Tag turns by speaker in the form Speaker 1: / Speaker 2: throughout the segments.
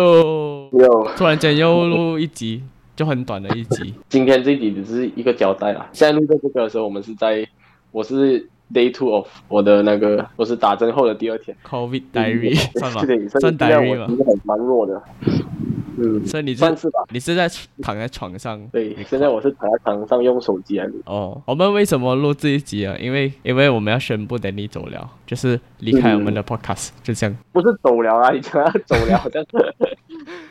Speaker 1: 又
Speaker 2: 有，
Speaker 1: 突然间又录一集，就很短的一集。
Speaker 2: 今天这一集只是一个交代啦。现在录制这个的时候，我们是在，我是 day two of 我的那个，我是打针后的第二天。
Speaker 1: COVID diary 算吧
Speaker 2: 对，，
Speaker 1: 算
Speaker 2: 嗯算
Speaker 1: diary
Speaker 2: 我
Speaker 1: 吧
Speaker 2: 其。实很蛮弱的。嗯，
Speaker 1: 所以你是
Speaker 2: 算是吧。
Speaker 1: 你是在躺在床上？
Speaker 2: 对，现在我是躺在床上用手机来录。
Speaker 1: 哦，我们为什么录这一集啊？因为因为我们要宣布 Danny 走了，就是离开我
Speaker 2: 嗯
Speaker 1: 们的 podcast，、就这样。
Speaker 2: 不是走了啊，你讲他走 了，好像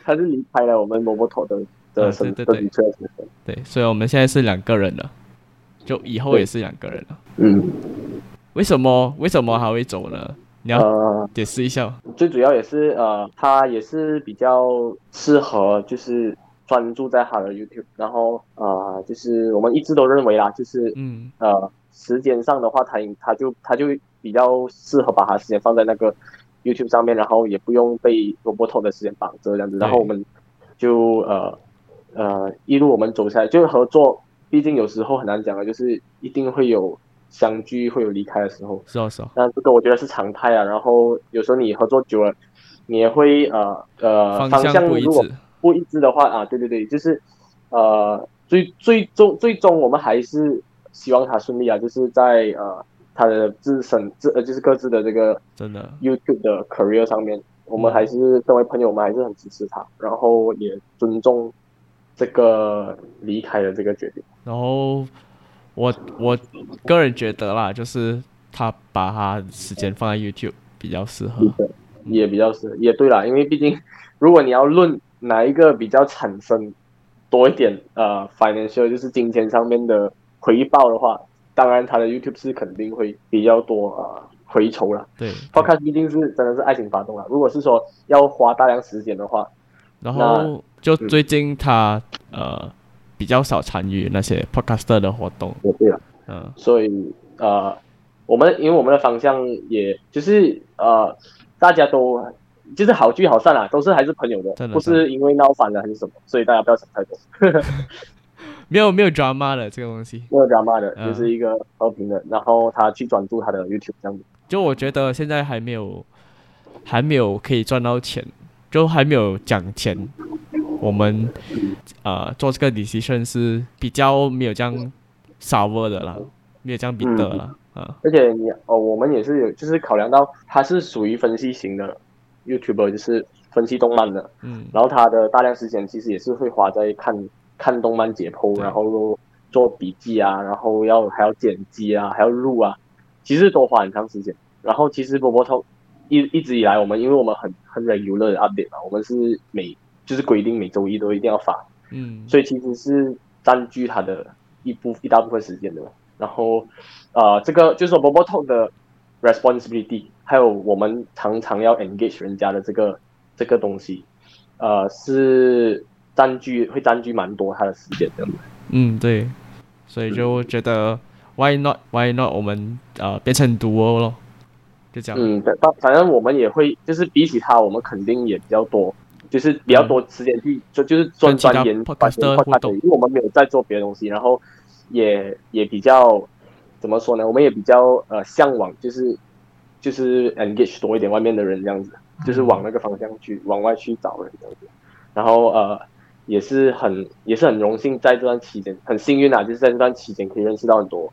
Speaker 2: 他是离开了我们摩摩托的
Speaker 1: 啊
Speaker 2: 的什么
Speaker 1: 对对
Speaker 2: 的
Speaker 1: 对
Speaker 2: 旅车什么的。
Speaker 1: 对，所以我们现在是两个人了，就以后
Speaker 2: 对
Speaker 1: 也是两个人了。
Speaker 2: 嗯，
Speaker 1: 为什么为什么还会走呢？你要
Speaker 2: 呃，
Speaker 1: 解释一下吗。
Speaker 2: 最主要也是呃，他也是比较适合就是专注在他的 YouTube，然后呃，就是我们一直都认为啦，就是
Speaker 1: 嗯
Speaker 2: 呃，时间上的话，他他就他就比较适合把他时间放在那个 YouTube 上面，然后也不用被 Roboto 的时间绑着这样子。
Speaker 1: 对
Speaker 2: 然后我们就呃呃一路我们走下来，就是合作，毕竟有时候很难讲的，啊就是一定会有相聚，会有离开的时候。
Speaker 1: 是哦是哦，
Speaker 2: 那这个我觉得是常态啊。然后有时候你合作久了，你也会呃呃
Speaker 1: 方向不一
Speaker 2: 如果
Speaker 1: 致。
Speaker 2: 不一致的话啊，对对对，就是呃，最最终最终我们还是希望他顺利啊，就是在呃他的自身自呃就是各自的这个
Speaker 1: 真的
Speaker 2: YouTube 的 career 上面，我们
Speaker 1: 嗯
Speaker 2: 还是身为朋友，我们还是很支持他，然后也尊重这个离开的这个决定。
Speaker 1: 然后我我个人觉得啦，就是他把他时间放在 YouTube 比较适合。
Speaker 2: 对，也比较是也对啦，因为毕竟如果你要论哪一个比较产生多一点呃 financial 就是金钱上面的回报的话，当然他的 YouTube 是肯定会比较多呃回酬啦。
Speaker 1: 对，
Speaker 2: Podcast 毕竟是真的是爱情发动啦，如果是说要花大量时间的话，
Speaker 1: 然
Speaker 2: 那
Speaker 1: 后就最近他呃比较少参与那些 podcaster 的活动，
Speaker 2: 也对啦。
Speaker 1: 嗯、
Speaker 2: 所以呃，我们因为我们的方向也就是呃，大家都就是好聚好散啦，都是还是朋友的，
Speaker 1: 真的
Speaker 2: 不
Speaker 1: 真
Speaker 2: 是因为闹翻了还是什么，所以大家不要想太多。
Speaker 1: 没有没有 drama 的这个东西。
Speaker 2: 没有 drama 的，
Speaker 1: 嗯
Speaker 2: 就是一个和平的，然后他去专注他的 YouTube 这样子。
Speaker 1: 就我觉得现在还没有还没有可以赚到钱，就还没有讲钱。我们呃做这个 decision 是比较没有这样 sour 的啦，没有这样 bitter 啦，啊，
Speaker 2: 而且你哦，我们也是有，就是考量到他是属于分析型的 YouTuber，就是分析动漫的，
Speaker 1: 嗯，
Speaker 2: 然后他的大量时间其实也是会花在看看动漫解剖，
Speaker 1: 对
Speaker 2: 然后做笔记啊，然后要还要剪辑啊，还要录啊，其实都花很长时间。然后其实波波头一一直以来，我们因为我们很很 regular 的 update 嘛，我们是每就是规定每周一都一定要发，
Speaker 1: 嗯，
Speaker 2: 所以其实是占据他的一部一大部分时间的。然后，呃，这个就是说 Bobo Talk 的 responsibility，还有我们常常要 engage 人家的这个这个东西，呃，是占据会占据蛮多他的时间的。
Speaker 1: 嗯，对，所以就觉得 why not why not 我们呃变成 duo 咯，就这样，
Speaker 2: 嗯，反反反正我们也会，就是比起他，我们肯定也比较多，就是比较多时间去就就是专
Speaker 1: 嗯跟其他
Speaker 2: 钻研
Speaker 1: podcaster
Speaker 2: 专研
Speaker 1: 互动
Speaker 2: 因为我们没有在做别的东西，然后也也比较怎么说呢？我们也比较呃向往，就是就是 engage 多一点外面的人这样子，就是往那个方向去往外去找人这样子，然后呃。也是很也是很荣幸，在这段期间很幸运啊，就是在这段期间可以认识到很多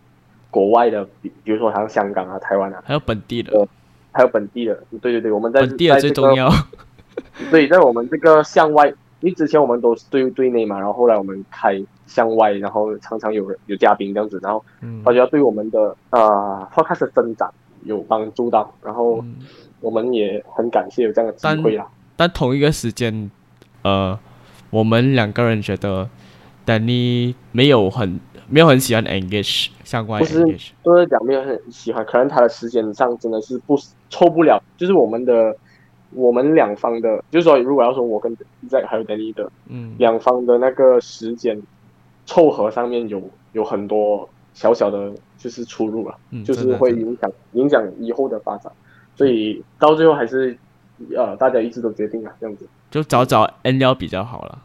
Speaker 2: 国外的，比比如说像香港啊、台湾啊，
Speaker 1: 还有本地的
Speaker 2: 对，还有本地的，对对对，我们在
Speaker 1: 本地的最重，要，
Speaker 2: 在这个对，在我们这个向外，因为之前我们都是对对内嘛，然后后来我们开向外，然后常常有人有嘉宾这样子，然后
Speaker 1: 嗯
Speaker 2: 大家对我们的呃 podcast 的增长有帮助到，然后
Speaker 1: 嗯，
Speaker 2: 我们也很感谢有这样的机会啦。啊
Speaker 1: 但同一个时间，呃，我们两个人觉得 Danny 没有很没有很喜欢 engage 向外
Speaker 2: 不是
Speaker 1: engage，
Speaker 2: 就是讲没有很喜欢，可能他的时间上真的是不抽不了，就是我们的我们两方的，就是说如果要说我跟 Zack 还有 Danny 的
Speaker 1: 嗯，
Speaker 2: 两方的那个时间凑合上面有有很多小小的，就是出入了，
Speaker 1: 嗯
Speaker 2: 就
Speaker 1: 真
Speaker 2: 是
Speaker 1: 的
Speaker 2: 会
Speaker 1: 真的
Speaker 2: 影响影响以后的发展，所以到最后还是呃大家一致都决定了这样子。
Speaker 1: 就早早 end 掉比较好了。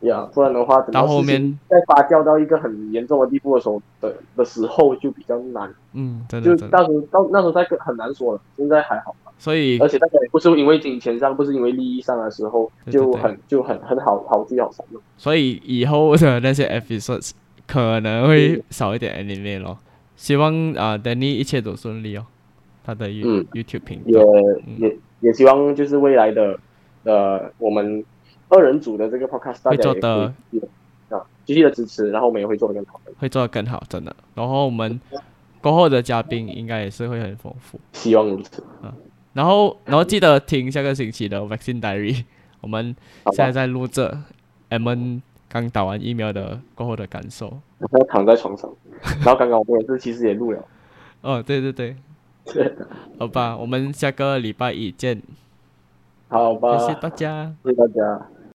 Speaker 2: 呀不然的话，等
Speaker 1: 到后
Speaker 2: 事情
Speaker 1: 面，
Speaker 2: 再发酵到一个很严重的地步的时候的的时候就比较难，
Speaker 1: 嗯，真
Speaker 2: 就
Speaker 1: 的真的，
Speaker 2: 到时候到那时候再跟很难说了。现在还好，
Speaker 1: 所以
Speaker 2: 而且大家也不是因为金钱上，不是因为利益上的时候，
Speaker 1: 对对
Speaker 2: 就
Speaker 1: 对
Speaker 2: 很就很很好好聚好散了。
Speaker 1: 所以以后的那些 episodes 可能会少一点 anime 咯。希望啊、d a n n y 一切都顺利哦，他的 You、
Speaker 2: 嗯
Speaker 1: YouTube 频
Speaker 2: 也
Speaker 1: 道。
Speaker 2: 也也希望就是未来的呃我们二人组的这个 podcast 大
Speaker 1: 会
Speaker 2: 家
Speaker 1: 做
Speaker 2: 也
Speaker 1: 得
Speaker 2: 可以啊继续的支持，然后我们也会做得更好的，
Speaker 1: 会做得更好，真的。然后我们过后的嘉宾应该也是会很丰富。
Speaker 2: 希望如此。
Speaker 1: 然后，然后记得听下个星期的 Vaccine Diary，我 们
Speaker 2: 好
Speaker 1: 现在
Speaker 2: 吧，
Speaker 1: 在录这 M N 刚打完疫苗的过后的感受。
Speaker 2: 我现在躺在床上，然后刚刚我们也是其实也录了，
Speaker 1: 哦，对对对，好吧，我们下个礼拜一见，
Speaker 2: 好吧，
Speaker 1: 谢谢
Speaker 2: 谢
Speaker 1: 大家。
Speaker 2: 谢大家。